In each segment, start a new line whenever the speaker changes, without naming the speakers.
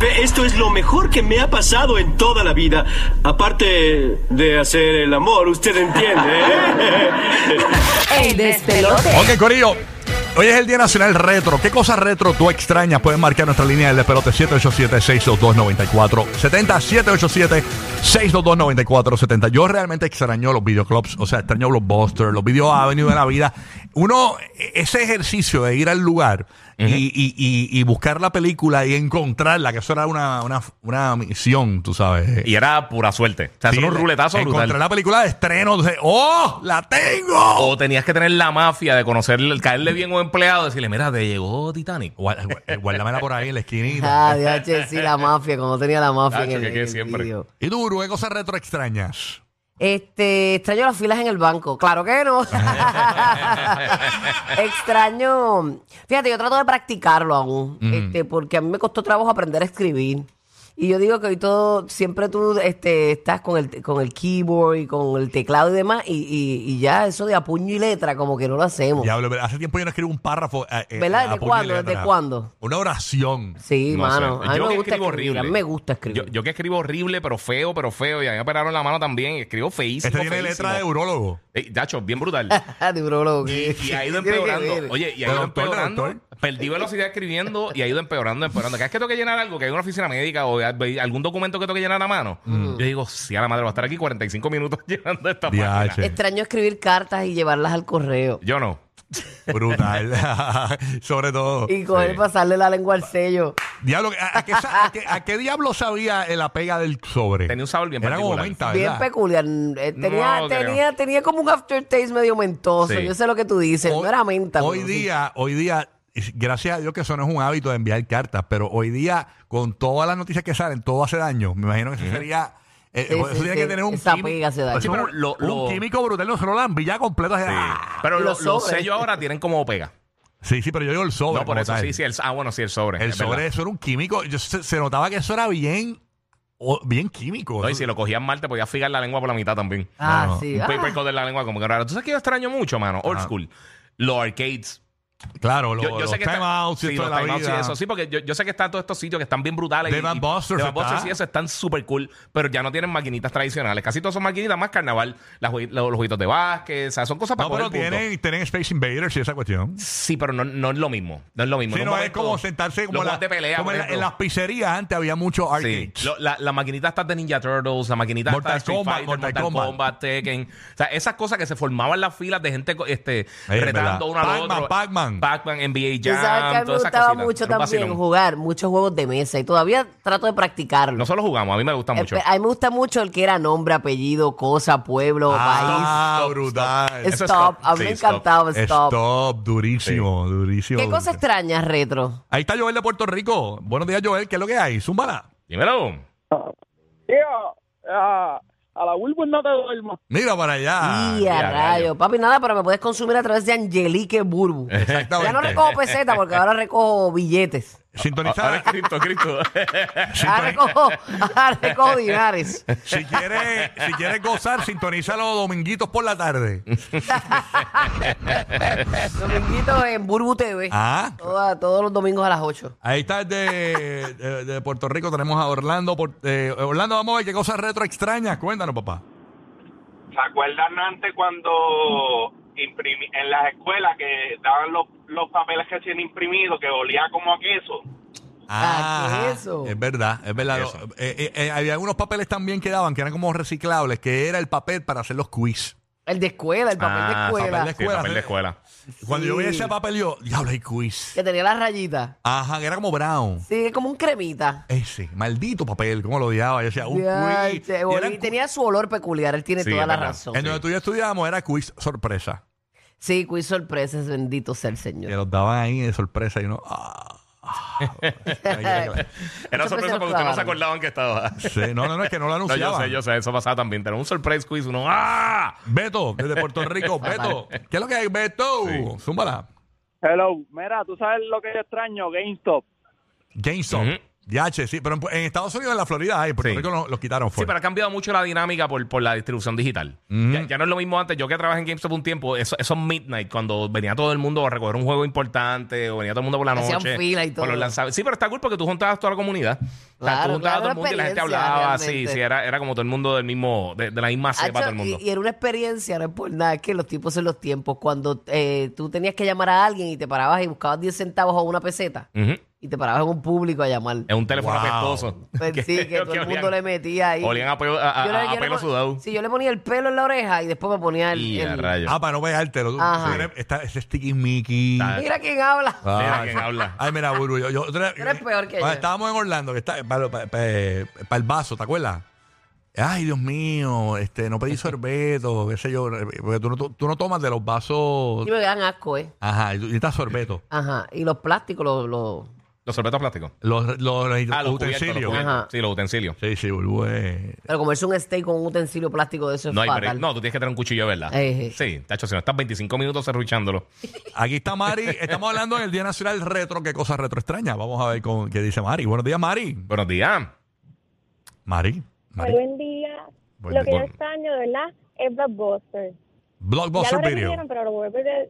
Ve, Esto es lo mejor que me ha pasado en toda la vida. Aparte de hacer el amor, usted entiende, ¿eh?
Ok, Corillo. Hoy es el Día Nacional Retro. ¿Qué cosas retro tú extrañas? Puedes marcar nuestra línea del despelote 787-622-9470. 787-622-9470. Yo realmente extraño los videoclubs, o sea, extraño Blockbuster, los video Avenue de la vida. Uno, ese ejercicio de ir al lugar y, y- y- y buscar la película y encontrarla, que eso era una, una, una misión, tú sabes.
Y era pura suerte. O sea, son un ruletazo
Encontrar
brutal.
la película de estreno, entonces, ¡oh! ¡La tengo!
O tenías que tener la mafia de conocer, caerle bien a un empleado, decirle, mira, te llegó Titanic.
Guar- guar- guárdamela por ahí en la esquinita.
Ah, diache, sí, la mafia, como tenía la mafia en
Tacho, que-
el,
que
en el
siempre.
video.
¿Y tú, Buru, qué cosas retro extrañas?
Este, extraño las filas en el banco. Claro que no. extraño. Fíjate, yo trato de practicarlo aún,
Mm.
este, porque a mí me costó trabajo aprender a escribir. Y yo digo que hoy todo, siempre tú este, estás con el, con el keyboard y con el teclado y demás, y, y- y ya eso de a puño y letra, como que no lo hacemos.
Diablo, ¿verdad? hace tiempo yo no escribo un párrafo. eh, eh,
Oh. ¿Verdad?
a
¿Desde
puño y
cuándo?
letra.
¿Desde cuándo?
Una oración.
Sí,
No sé.
mano. A mí
Yo
me
que
gusta
escribo
escribir. A mí
horrible.
me gusta escribir.
Yo, yo que escribo horrible, pero feo, pero feo. Y a mí me operaron la mano también. Y escribo feísimo.
Este tiene
feísimo.
letra de urólogo.
Ey, Dacho, bien brutal.
De urologo, ¿qué?
Y ha ido
¿Qué tiene que
empeorando.
ver?
Oye, y ha
De
ido
doctor, de
empeorando.
doctor.
Perdí velocidad escribiendo y ha ido empeorando, empeorando. Cada vez que tengo que llenar algo, que hay una oficina médica o algún documento que tengo que llenar a mano,
Mm.
yo digo, sí, a la madre, va a estar aquí 45 minutos llenando esta página.
Diache.
Extraño escribir cartas y llevarlas al correo.
Yo no.
Brutal. Sobre todo.
Y coger,
Sí.
pasarle la lengua al sello.
Diablo, ¿a, a qué, sa- a qué- a qué diablo sabía eh, la pega del sobre?
Tenía un sabor bien
Era como
particular.
menta,
Bien
¿verdad?
peculiar. Eh, Tenía,
No creo.
tenía, tenía como un aftertaste medio mentoso.
Sí.
Yo sé lo que tú dices.
Hoy-
no era menta.
Hoy
pero sí.
día, hoy día, es- gracias a Dios que eso no es un hábito de enviar cartas, pero hoy día, con todas las noticias que salen, todo hace daño. Me imagino que eso sería. eh,
Sí,
eso
sí,
tiene
sí.
que tener un
Esa
químico-
pega hace daño.
eso
Sí,
es
pero
un-
lo- lo-
un químico brutal, no se lo dan, ya completo. así, ¡ah!
Pero
Y
lo-
los
los,
sobres.
sellos ahora tienen como pega.
Sí, sí, pero yo digo el sobre.
No, por
como
eso
tal.
sí, sí. El, ah, bueno, sí, el sobre.
El
es verdad.
sobre, eso era un químico. Yo, se, se notaba que eso era bien, o- bien químico.
No, y
Eso-
si lo cogías mal, te podías fijar la lengua por la mitad también.
Ah,
No, no.
sí.
Un
Ah,
paper cut de la lengua como que raro. ¿Tú sabes que yo extraño mucho, mano? Old
Ajá.
school. Los arcades.
Claro, lo-
Yo, yo
los
sé que
time
está-
outs y
sí,
toda
los
la
timeouts y
vida.
eso. Sí, porque yo, yo sé que están todos estos sitios que están bien brutales.
Dave
y-
and
y-
Buster's
Dave and
está.
Buster's y eso están súper cool, pero ya no tienen maquinitas tradicionales. Casi todas son maquinitas más carnaval. Las jue- los, los jueguitos de básquet, o sea, son cosas para
No,
poner
pero tienen, tienen Space Invaders y esa cuestión.
Sí, pero no, no es lo mismo. No es lo mismo.
Sí,
En
no,
un
es
momento-
como sentarse como,
los
la-
juegos de pelea,
como
por
en, la-
ejemplo.
en las pizzerías antes había muchos
Sí,
arcades.
Lo- la, la maquinita está de Ninja Turtles, la maquinita
Mortal
está de Street
Kombat,
Fighter,
Mortal
Mortal,
Kombat.
Kombat. Tekken. O sea, esas cosas que se formaban las filas de gente co- este,
es
retando
verdad.
uno al
Pac-Man,
otro.
Pac-Man.
Pac-Man, NBA
Tú sabes que a
Jam,
mí me
todas esas
gustaba
cositas.
mucho
Era un
también
vacilón.
jugar muchos juegos de mesa y todavía trato de practicarlo.
Nosotros jugamos, a mí me gusta mucho.
Espe- A mí me gusta mucho el que era nombre, apellido, cosa, pueblo,
ah,
Stop,
brutal.
país.
eso es
Stop.
stop.
A mí
Sí,
me
stop.
encantaba
Stop.
stop.
durísimo, durísimo.
¿Qué
durísimo.
cosa extrañas, retro?
Ahí está Joel de Puerto Rico. Buenos días, Joel. ¿Qué es lo que hay? Zúmbala.
Dímelo.
Tío, a, a la Wilbur no te duermas.
Mira para allá.
y a
ya,
rayo.
rayo.
Papi, nada, pero me puedes consumir a través de Angelique Burbu.
Exactamente.
Ya no recojo pesetas porque ahora recojo billetes.
Ahora
Sintonizar.
es Cristo, Cristo.
Ahora
pues.
recojo, ahora recojo dinares.
Si quieres, si quieres gozar, sintoniza los dominguitos por la tarde.
Dominguito en Burbu TV.
Ah.
Toda- todos los domingos a las 8.
Ahí está de, de, de Puerto Rico, tenemos a Orlando. Por- eh, Orlando, vamos a ver qué cosas retro extrañas. Cuéntanos, papá.
¿Se acuerdan antes cuando imprimi- en las escuelas que daban los, los papeles recién imprimidos que olía como a queso?
Ah, ¿qué
Ajá.
es eso?
Es verdad, es verdad.
Eso.
Eh, eh, eh, había algunos papeles también que daban que eran como reciclables, que era el papel para hacer los quiz.
El de escuela, el papel de
Ah,
escuela.
papel de
Sí, papel de escuela.
Cuando
Sí.
yo veía ese papel, yo, diablo, hay quiz.
Que tenía las rayitas.
Ajá, que era como brown.
Sí, es como un cremita.
Ese, maldito papel, cómo lo odiaba. Yo decía, un
Ay,
quiz.
che,
Y eran
boli- tenía su olor peculiar, él tiene
Sí,
toda
es
la
verdad.
razón.
En donde tú y yo estudiábamos era quiz sorpresa.
Sí, quiz sorpresas, bendito sea el Señor.
Que los daban ahí de sorpresa y uno. ah.
Era
Siempre
sorpresa
se lo
porque ustedes no se
clavaron.
acordaban que estaba.
Sí, no, no, no, es que no lo
No, yo
anunciaba.
sé, yo sé, eso pasaba también. Tener un surprise quiz, uno. ¡Ah!
Beto, desde Puerto Rico, Beto. ¿Qué es lo que hay, Beto? Zúmbala.
Hello, mira, tú sabes lo que yo extraño, GameStop.
GameStop.
Ujú.
Yache, sí, pero en, en Estados Unidos, en la Florida hay, en Puerto
Sí.
Rico lo- los quitaron.
Sí,
fue.
pero ha cambiado mucho la dinámica por, por la distribución digital. ya, ya no es lo mismo antes. Yo que trabajé en GameStop un tiempo, eso, eso midnight, cuando venía todo el mundo a recoger un juego importante o venía todo el mundo por la
Hacían
noche.
fila y
por
todo.
los lanzamientos. Sí, pero está cool porque tú juntabas toda la comunidad. O sea, tú
Claro,
juntabas
claro,
a todo el mundo y la gente
experiencia,
hablaba. Sí,
realmente.
sí, era, era como todo el mundo del mismo, de, de la misma cepa,
Hacho,
todo el mundo.
Y, y era una experiencia, no es por nada, es que los tipos son los tiempos. Cuando eh, tú tenías que llamar a alguien y te parabas y buscabas 10 centavos o una peseta
Ujú.
y te parabas en un público a llamar.
Es un teléfono
Wow.
apestoso.
Pues sí, que todo el mundo le metía ahí.
Olían a pelo, a- a-
Yo le-
a
yo le
pelo
pon-
sudado.
Sí, yo le ponía el pelo en la oreja y después me ponía el.
Y a
el-
rayos.
Ah, para no pegártelo. tú.
Ajá.
Mira, Está ese sticky Mickey.
Está-
Mira quién habla.
Mira
Ay,
quién habla.
Ay, mira, Buru, yo, yo-
eres peor que
Ah,
yo.
Estábamos en Orlando, que está para, para- para- para eh, el vaso, ¿te acuerdas? Ay, Dios mío, este, no pedí sorbeto, qué sé yo, eh, porque tú no, tú, tú no tomas de los vasos.
Y me dan asco, ¿eh?
Ajá, y tú necesitas sorbeto.
Ajá. Y los plásticos, los. los-
Los sorbetos plásticos.
Los, los, los
Ah, los utensilios.
utensilios.
Ajá.
Sí, los utensilios.
Sí, sí, Buru, eh.
Pero comerse un steak con un utensilio plástico de eso es
No, hay break.
fatal. Eh,
no, tú tienes que tener un cuchillo, de ¿verdad?
Ejé.
Sí, tacho, si no estás 25 minutos serruchándolo.
Aquí está Mari, estamos hablando en el Día Nacional Retro, qué cosa retro extraña. Vamos a ver con, qué dice Mari. Buenos días, Mari.
Buenos días.
Mari, Mari.
Buen día.
Buen
lo
día.
que yo extraño, de verdad, es Blockbuster. ya
Blockbuster
lo
Video.
repitieron, pero lo vuelvo a ver.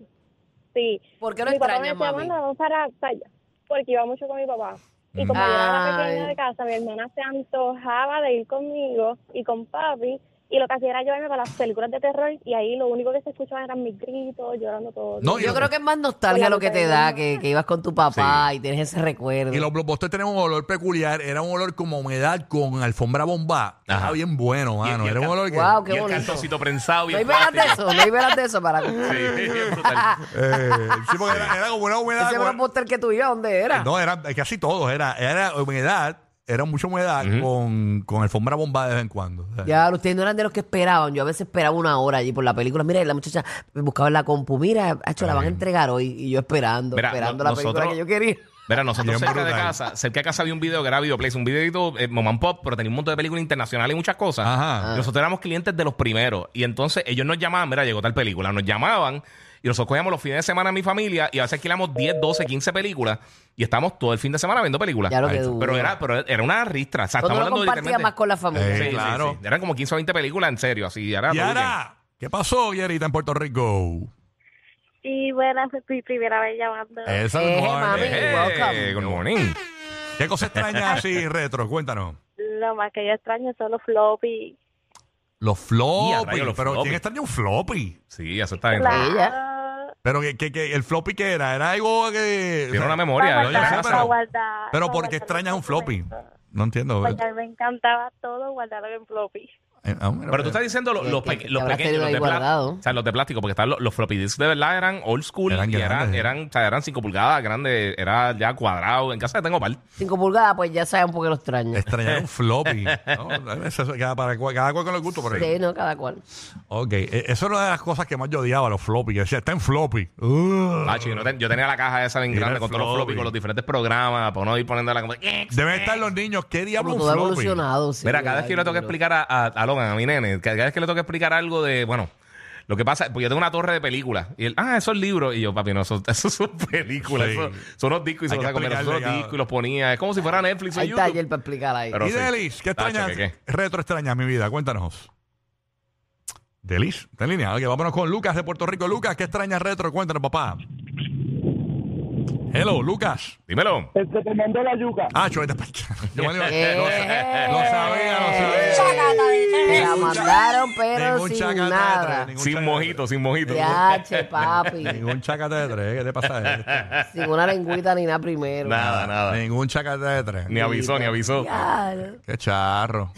Sí.
¿Por qué lo
mi papá me
extrañas,
decía,
mami?
"Amanda, vamos para, para allá", Porque iba mucho con mi papá. Y como yo era la pequeña
Ay.
de casa, mi hermana se antojaba de ir conmigo y con papi. Y lo que hacía era llevarme para las películas de terror. Y ahí lo único que se escuchaba eran mis gritos, llorando todo.
No, y
Yo
lo-
creo que es más nostalgia lo que te da, que, que ibas con tu papá y tienes ese recuerdo.
Y los blockbusters tenían un olor peculiar, era un olor como humedad con alfombra bomba.
Ajá.
Estaba bien bueno, mano.
y el
era un
ca-
olor que.
Guau, qué
y el
Ah, bonito.
cartoncito prensado y
No hay
el
velas de
plástico.
eso, no hay velas de eso para.
Sí, es brutal.
Eh, sí, porque era, era como una humedad.
Ese
como-
blockbuster que tú ibas, ¿dónde era?
no, era eh, casi todos. Era, era humedad, era mucha humedad con, con alfombra bomba de vez en cuando. O sea,
Ya, ustedes no eran de los que esperaban. Yo a veces esperaba una hora allí por la película. Mira, y la muchacha me buscaba en la compu. Mira, hecho, la van a entregar hoy. Y yo esperando,
Mira,
esperando
no-
la película
nosotros-
que yo quería.
Mira, nosotros
Bien
cerca de
brutal.
casa, cerca de casa había un video que era Videoplace, un videito eh, Mom and Pop, pero tenía un montón de películas internacionales y muchas cosas.
Ajá.
Ah.
Y Nosotros éramos clientes de los primeros. Y entonces ellos nos llamaban, mira, llegó tal película, nos llamaban y nosotros cogíamos los fines de semana a mi familia y a veces alquilamos 10, 12, 15 películas y estábamos todo el fin de semana viendo películas.
Ya lo que
Ahí está.
dura.
pero era, pero era una ristra. O sea,
Cuando
estamos
no
hablando
compartía
literalmente-
más con la familia.
Eh,
Sí, sí,
claro.
sí. Eran como 15 o 20 películas en serio, así. Era todo bien.
Yara, ¿qué pasó, Yarita, en Puerto Rico?
Y bueno, fue mi primera vez llamando.
Esa
Eh,
misma,
mami.
eh.
Eh,
welcome.
good morning.
¿Qué cosa extraña así, retro? Cuéntanos.
Lo más que yo extraño son los floppy.
Los floppy.
Ya, rayos, los
pero
floppy.
¿quién extraña un floppy?
Sí, eso está bien.
Claro. ella.
Ah,
Pero que, que- que el floppy que era, era algo que. o
Tiene
sea,
una memoria.
para
¿no?
yo sé,
guardar,
pero-
para guardar,
Pero
para
¿por qué
guardar
extrañas un
los
floppy?
documentos.
No entiendo.
Pues
Porque a mí me encantaba todo guardarlo en floppy.
Eh, ah, mira,
Pero tú estás
mira.
diciendo los,
Que-
los,
que-
peque-
que
los
habrás
pequeños,
tenido
los
ahí
de, pla-
guardado.
o sea, los de plástico, porque están los, los floppy disks de verdad eran old school
Eran
y eran,
grandes.
eran, o sea, eran cinco pulgadas, grandes, era ya cuadrado. En casa tengo par.
Cinco pulgadas, pues ya saben por qué lo extraño.
Extrañar un floppy. No, eso- eso- cada, para, cual- cada cual con el gusto. Pero,
Sí, no, cada cual.
Ok, eh, eso era una de las cosas que más yo odiaba, los floppy. Yo decía, está en floppy. Ugh.
Ah, chico, yo, ten- yo tenía la caja esa bien
Mira
grande
el
con todos los
floppy.
floppy, con los diferentes programas, para no ir poniéndola como...
Deben estar los niños. ¿Qué diablo
Como
un
todo ha
floppy?
evolucionado. sí,
Mira, cada vez que yo le
ay,
tengo que
no.
explicar a, a, a Logan, a mi nene, cada vez que le tengo que explicar algo de, bueno, lo que pasa, pues yo tengo una torre de películas. Y él, ah, esos libros. Y yo, papi, no, eso, eso son películas.
Sí.
eso- son unos discos y
Hay
se los
que
sacó, mira, esos
explicarle,
son los
ya.
discos y los ponía. Es como si fuera Netflix o
Hay
YouTube.
taller para explicar ahí.
Pero
y
sí.
Delis, ¿qué
Tacho,
extrañas?
que qué.
Retro extraña mi vida, cuéntanos. Delis, está en línea. Ok, vámonos con Lucas de Puerto Rico. Lucas, ¿qué extrañas retro? Cuéntanos, papá. Hello, Lucas.
Dímelo.
El que te mandó la yuca.
Ah, chueta. Yo me lo iba-
Eh.
lo sa- lo sabía, lo sabía.
Te la mandaron, pero
Ningún
sin
chacata de
nada.
tres, ningún
Sin
chacata
mojito, sin mojito.
Ya, che, papi.
de tres. Ningún chacata de tres, ¿qué te pasa? Este?
sin una lengüita ni nada primero.
Nada, nada.
Ningún chacata de tres.
Ni avisó, ni avisó.
Ya.
Qué charro.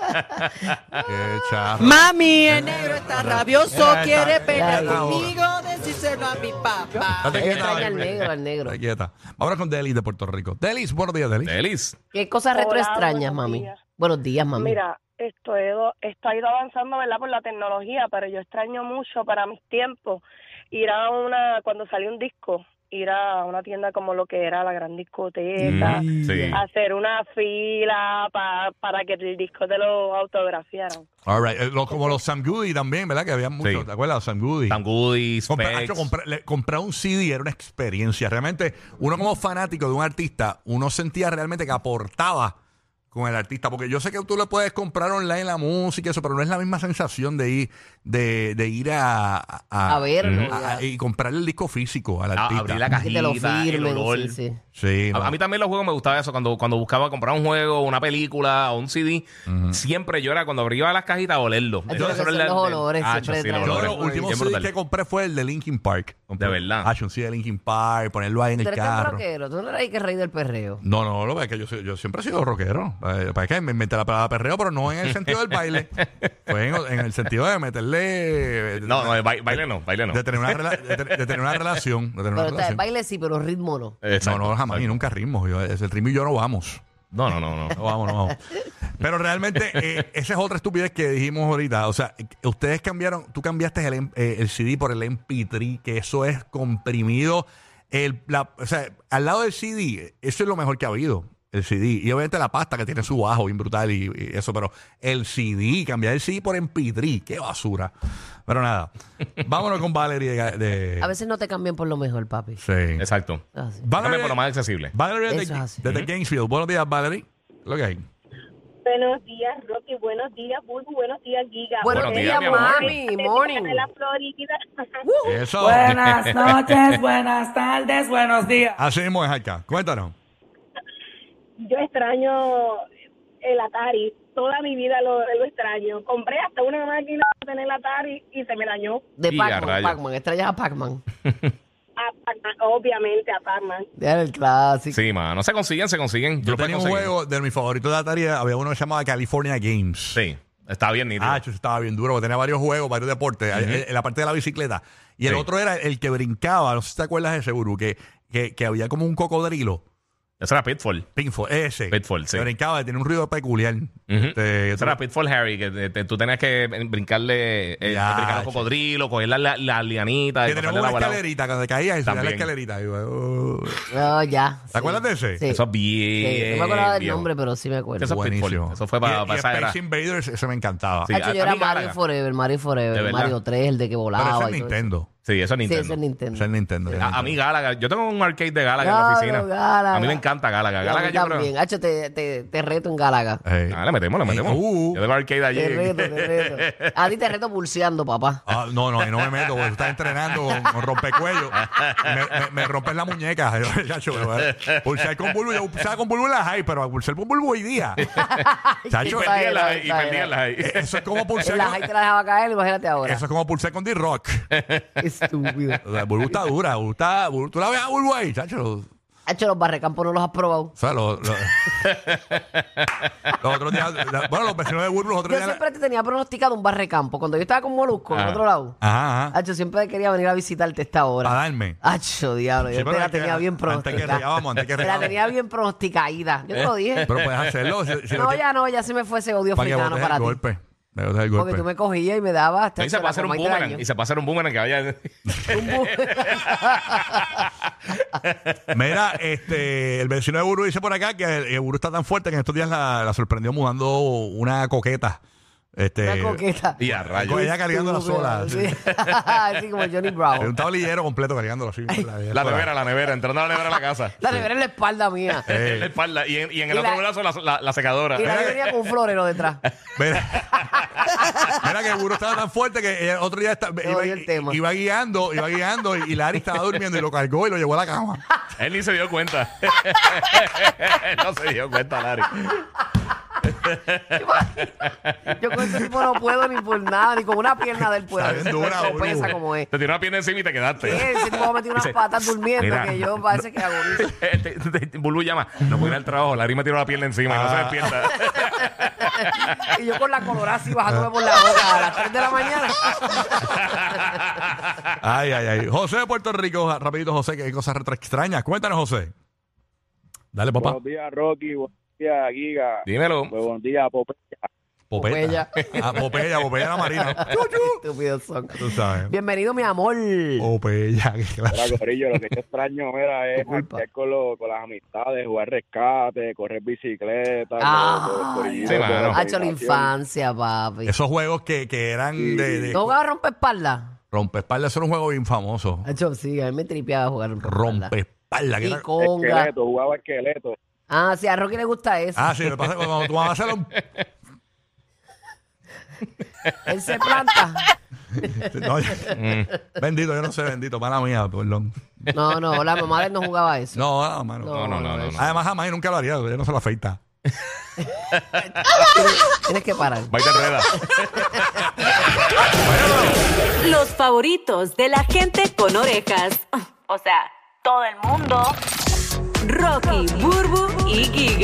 Qué charro.
Mami, el negro está rabioso,
Mira,
quiere
está-
pelear
mira,
conmigo, decírselo a mi papá.
Estate
Ella
quieta,
extraña al
Delis.
negro, al negro.
Estate quieta. Ahora con Delis de Puerto Rico. Delis, buenos días, Delis.
Feliz.
¿Qué cosas retro
Hola,
extrañas,
buenos
mami?
días.
Buenos días, mami.
Mira, esto ha ido avanzando, ¿verdad? Por la tecnología, pero yo extraño mucho para mis tiempos ir a una, cuando salió un disco, ir a una tienda como lo que era la gran discoteca,
Mm, sí.
hacer una fila pa- para que el disco te lo autografiaran.
All right. Eh, lo- como los Sam Goody también, ¿verdad? Que había muchos,
Sí.
¿te acuerdas? Los Sam Goody.
Tan Goody,
Comprar,
Specs.
Nacho, comprar- le- comprar un CD era una experiencia. Realmente, uno como fanático de un artista, uno sentía realmente que aportaba con el artista. Porque yo sé que tú le puedes comprar online la música y eso, pero no es la misma sensación de ir, de, de ir a, a,
A verlo,
a- a-
ya.
y comprarle el disco físico al
A-
artista.
abrir la
Que te lo
cajita, el
firmen.
olor.
sí, sí.
Sí,
A,
no.
a mí también los juegos me gustaba eso. Cuando, cuando buscaba comprar un juego, una película o un CD, siempre yo era cuando abría las cajitas a olerlo.
Ay,
Yo-
pero que
eso
son
era el-
los
el-
olores,
Ah,
siempre
sí, los
traen
Yo
olores.
lo
Bien
último CD
brutal.
que compré fue el de Linkin Park.
De verdad.
Ah, un CD de Linkin Park, ponerlo ahí en el
Tú eres tan
carro.
rockero, tú no eres ahí que rey del perreo.
No, no, lo que es que yo, soy- yo siempre he sido rockero. Eh, Para que me inventé la palabra perreo, pero no en el sentido del baile. Fue en, en el sentido de meterle. de-
No, no, de ba- baile no, baile no.
De tener una, rela- de, tener- de tener una relación. De tener una
Pero está, el
relación.
baile sí, pero ritmo no.
Exacto.
no, no, jamás, y nunca ritmo. Yo, es el ritmo y yo no vamos.
No, no, no, no.
No vamos, no vamos. Pero realmente, eh, esa es otra estupidez que dijimos ahorita. O sea, eh, ustedes cambiaron, tú cambiaste el, em- eh, el CD por el MP3, que eso es comprimido. El, la- o sea, al lado del CD, eso es lo mejor que ha habido, el CD. Y obviamente la pasta que tiene su bajo, bien brutal y, y eso, pero el CD, cambiar el CD por MP3, qué basura. Pero nada, vámonos con Valerie de... de-
A veces no te cambian por lo mejor, papi.
Sí.
Exacto.
Ah, sí.
Valerie-
Dame por lo más accesible.
Valerie
Eso es así.
desde, desde Gainesville. Buenos días, Valerie. Lo que hay.
Buenos días, Rocky. Buenos días, Bulbu. Buenos días, Giga.
Buenos
Buenos días,
días,
mi amor.
mami. Morning.
De la Florida.
Eso.
Buenas noches, buenas tardes, buenos días.
Así mismo es acá. Cuéntanos.
Yo extraño el Atari. Toda mi vida lo, lo extraño. Compré hasta una máquina para tener el Atari y se me dañó.
De
Y a
Pac-Man,
rayos.
Pac-Man. Estrellas a Pac-Man.
A Pac-Man, obviamente, a Pac-Man.
Ya el clásico.
Sí, mano. Se consiguen, se consiguen.
Yo
Lo puedes
tenía un
conseguir.
juego de mis favoritos de Atari. Había uno que se llamaba California Games.
Sí. Está bien nítido.
Ah, eso estaba bien duro, porque tenía varios juegos, varios deportes, en- en la parte de la bicicleta. Y el
Sí.
otro era el que brincaba, no sé si te acuerdas de seguro, que, que, que había como un cocodrilo.
Eso era Pitfall.
Pinfall, ese.
Pitfall, sí.
Que brincaba, tenía un ruido peculiar.
Ujú.
Este,
Eso era Pitfall Harry, que te- te- tú tenías que brincarle, eh,
Ya,
brincar a
che.
los cocodrilos, coger la, la, la lianita.
que
y
tenemos
pasarle
una
la bola.
escalerita, cuando caías y subías la
También.
escalerita. y, uh,
No, Ah, ya.
¿Te acuerdas de ese?
Sí.
Eso es
Sí,
bien.
No me acordaba del
viejo.
nombre, pero sí me acuerdo.
Eso es
buenísimo.
Pitfall. Eso fue para,
Y- y
para esa era.
Space Invaders, ese me encantaba.
Sí,
Hacho,
a-
yo
a
era
mí nada,
Mario
nada.
Forever, Mario
De
Forever,
verdad.
Mario 3, el de que
Pero ese
volaba.
es
y todo Ah,
Nintendo.
Sí, eso es
eso. Sí, ese
Nintendo.
es
Ese
Nintendo.
es Nintendo.
a, a mí Galaga, yo tengo un arcade de Galaga en
Claro,
la oficina.
Galaga.
A mí me encanta Galaga.
Y a mí
Galaga yo creo-
también. Hacho, te, te, te reto en Galaga.
Eh.
Ah, le metemos, le
Eh,
metemos.
uh.
yo tengo arcade allí.
Te reto, te reto. A ti te reto pulseando, papá.
Ah, no, no, ahí no me meto, porque tú estás entrenando con, con rompecuello. Me, me, me rompes la muñeca. Chacho, ¿verdad? pulsar con bulbo, yo pulsaba con bulbo en la high, pero pulsar con bulbo hoy día.
y
Chacho,
Esa
perdí
era,
en la- y
esa
perdí
era.
en la-
eso es como
En la high
pulsar
te la dejaba caer, imagínate ahora.
eso es como pulsar con D-Rock.
Estúpido.
O sea, bulbo está dura, bulbo está, bulbo, tú la ves a bulbo ahí, chacho.
Hacho, los barrecampos no los has
O
probado.
sea, lo- lo- los otros días, la- bueno, los vecinos de Bulbo los otros
Yo
días.
siempre te tenía pronosticado un barrecampo. Cuando yo estaba con Molusco, en
Ah.
otro lado.
Ajá, ajá.
Hacho, siempre quería venir a visitarte a esta hora.
A darme.
Hacho, diablo. Yo
Sí,
te
pero
la
es que
tenía bien
antes que
pronosticada.
regábamos, antes que
Te la
regábamos.
tenía bien pronosticada. Yo te lo dije.
Pero puedes hacerlo. si- si lo
No,
que-
ya no, ya se me fue ese odio
para que
africano
botes
para
el
ti.
golpe. Para que botes el
Porque tú
golpe.
me cogías y me dabas
Y se puede hacer un boomerang. Y se puede hacer un boomerang que vaya.
Mira, este, el vecino de Buru dice por acá que el, el Buru está tan fuerte que en estos días la, la sorprendió mudando una coqueta. Este,
Una coqueta.
y a
Con
rayos.
ella cargándola sola.
Sí.
así.
Así como Johnny
De
Bravo.
Un tablillero completo cargándola así. La,
La nevera, la nevera. Entrando a la nevera a la casa.
La nevera en la espalda mía.
En la espalda. Y en, y en el
Y
otro
la-
brazo la, la- la secadora.
Y la
Eh.
que venía con un florero detrás.
Mira, mira que el Buru estaba tan fuerte que el otro día está- iba,
odio el tema.
iba guiando, iba guiando y, y Larry estaba durmiendo y lo cargó y lo llevó a la cama.
Él ni se dio cuenta. no se dio cuenta, Larry.
Yo con este tipo no puedo ni por nada, ni con una pierna del pueblo.
Está bien dura,
No pesa
boludo.
como es.
Te tiró una pierna encima y te
¿Qué?
quedaste.
Ese tipo va a meter unas
Dice,
patas durmiendo
mira,
que yo parece que agonizo.
Este- este- este- Bulbu llama. No puedo ir al trabajo. Larry me tiró la pierna encima y no se
Ah.
despierta.
Y yo con la colorada así bajándome por la boca a las 3 de la mañana.
Ay, ay, ay. José de Puerto Rico, rapidito, José, que hay cosas retro extrañas. Cuéntanos, José. Dale, papá.
Buenos días, Rocky. Buenos días, Giga.
Dímelo.
Pues,
Buenos días, Popeya.
pues
Popeta. Ah, Popeya, Popeya la marina. Chu, chu.
Estúpidos son.
Tú sabes.
Bienvenido, mi amor.
Oh, Popeya, qué clase.
Mira, Corillo, lo que yo extraño, mira, es
Tu culpa.
janguear con, lo- con las amistades, jugar rescate, correr bicicleta.
Ah,
con- con los
Sí,
corillitos,
mano.
con la
Ha hecho la infancia, papi.
Esos juegos que, que eran de, de
¿No jugaba rompeespalda?
rompespaldas, eso era un juego bien famoso.
Ha hecho, sí, a mí me tripeaba jugar rompeespalda.
Rompespaldas. que
Y
era-
conga.
Esqueleto, jugaba esqueleto.
Ah, sí, a Rocky le gusta eso.
Ah, sí, lo que pasa es que cuando tu mamá se lo,
Él se planta.
No, yo-
Mm,
Bendito, yo no sé, bendito, mala mía, perdón.
No, no, la mamá de él no jugaba eso.
No, ah, mano.
No, no, no, no. no.
Además, jamás y nunca lo haría, yo no se lo afeita.
Tienes, tienes que parar.
Va y te enreda.
Los favoritos de la gente con orejas. O sea, todo el mundo. Rocky, Burbu y Giga.